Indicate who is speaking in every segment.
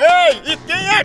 Speaker 1: Ei, e quem é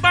Speaker 1: da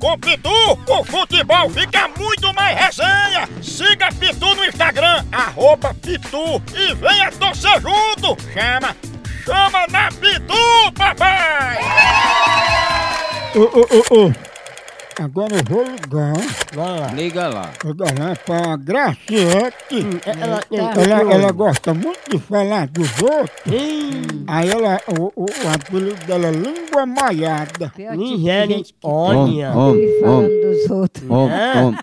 Speaker 1: Com Pitu, o futebol fica muito mais resenha! Siga Pitu no Instagram, arroba Pitu e venha torcer junto! Chama! Chama na Pitu, papai!
Speaker 2: Ô, ô, ô, ô. Agora eu vou ligar, vai lá.
Speaker 3: Liga lá.
Speaker 2: Vou dar lá pra Graciete. Hum,
Speaker 4: ela tá
Speaker 2: ela, ela gosta muito de falar dos outros. Aí ela, o, o, o apelido dela é Língua Maiada.
Speaker 4: Pior tipo de
Speaker 5: Nigéria,
Speaker 4: gente que
Speaker 5: olha.
Speaker 3: Ó, ó,
Speaker 4: vive
Speaker 3: ó,
Speaker 4: falando dos outros.
Speaker 3: ó,
Speaker 5: É.
Speaker 3: ó.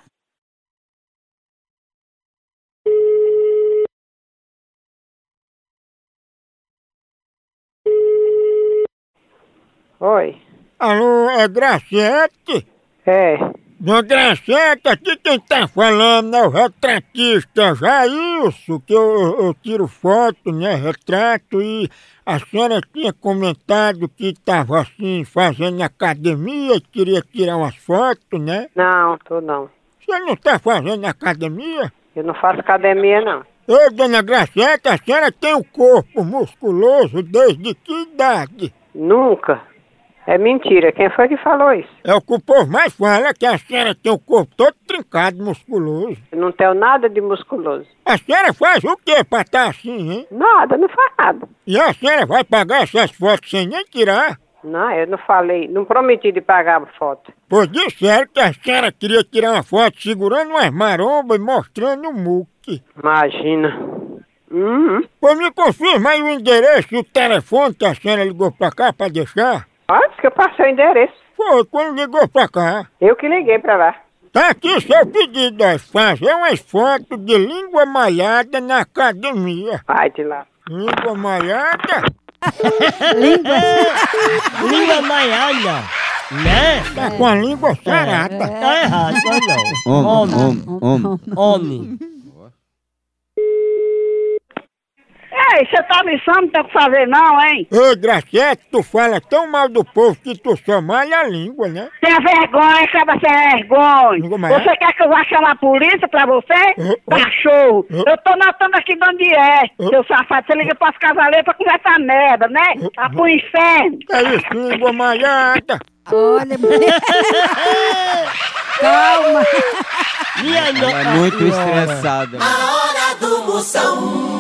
Speaker 6: Oi.
Speaker 2: Alô, é Graciete?
Speaker 6: É.
Speaker 2: Dona Graciete, aqui quem tá falando é o retratista Jailson, que eu, eu- eu tiro foto, né, retrato, e a senhora tinha comentado que estava assim, fazendo academia, e queria tirar umas fotos, né?
Speaker 6: Não, tô não.
Speaker 2: Você não está fazendo academia?
Speaker 6: Eu não faço academia, não.
Speaker 2: Ô, dona Gracieta, a senhora tem um corpo musculoso desde que idade?
Speaker 6: Nunca. É mentira. Quem foi que falou isso?
Speaker 2: É o que o povo mais fala, que a senhora tem o corpo todo trincado, musculoso.
Speaker 6: Eu não tenho nada de musculoso.
Speaker 2: A senhora faz o quê pra estar assim, hein?
Speaker 6: Nada, não faz nada.
Speaker 2: E a senhora vai pagar essas fotos sem nem tirar?
Speaker 6: Não, eu não falei. Não prometi de pagar a foto.
Speaker 2: Pois disseram que a senhora queria tirar uma foto segurando umas marombas e mostrando o muque.
Speaker 6: Imagina. Hum,
Speaker 2: Pois me confirma aí o endereço e o telefone que a senhora ligou pra cá pra deixar.
Speaker 6: antes que eu passei o endereço.
Speaker 2: Foi quando ligou pra cá.
Speaker 6: Eu que liguei pra lá.
Speaker 2: Tá aqui seu pedido, ó. fazer umas fotos de língua malhada na academia.
Speaker 6: Vai de lá.
Speaker 2: Língua malhada?
Speaker 5: Língua maialha. Né?
Speaker 2: Tá com a língua sarada.
Speaker 5: Tá errado, mas não.
Speaker 3: Om,
Speaker 5: Homem.
Speaker 3: om, om.
Speaker 5: Homem.
Speaker 7: Ei, você tá me chamando, não tem o que fazer não, hein?
Speaker 2: Ô, Graciete, tu fala tão mal do povo que tu só malha a língua, né?
Speaker 7: Tenha é vergonha, acaba sem vergonha.
Speaker 2: Digo, mas-
Speaker 7: Você quer que eu vá chamar a polícia pra você?
Speaker 2: Hã?
Speaker 7: Cachorro!
Speaker 2: Hã?
Speaker 7: Eu tô notando aqui de onde é,
Speaker 2: Hã?
Speaker 7: seu safado. Você liga pras cavaleiras pra conversar merda, né? Tá pro inferno.
Speaker 2: É isso, língua malhada.
Speaker 4: Olha, mulher. Calma.
Speaker 5: E aí,
Speaker 3: Ela é muito estressada.
Speaker 8: A hora do Moção.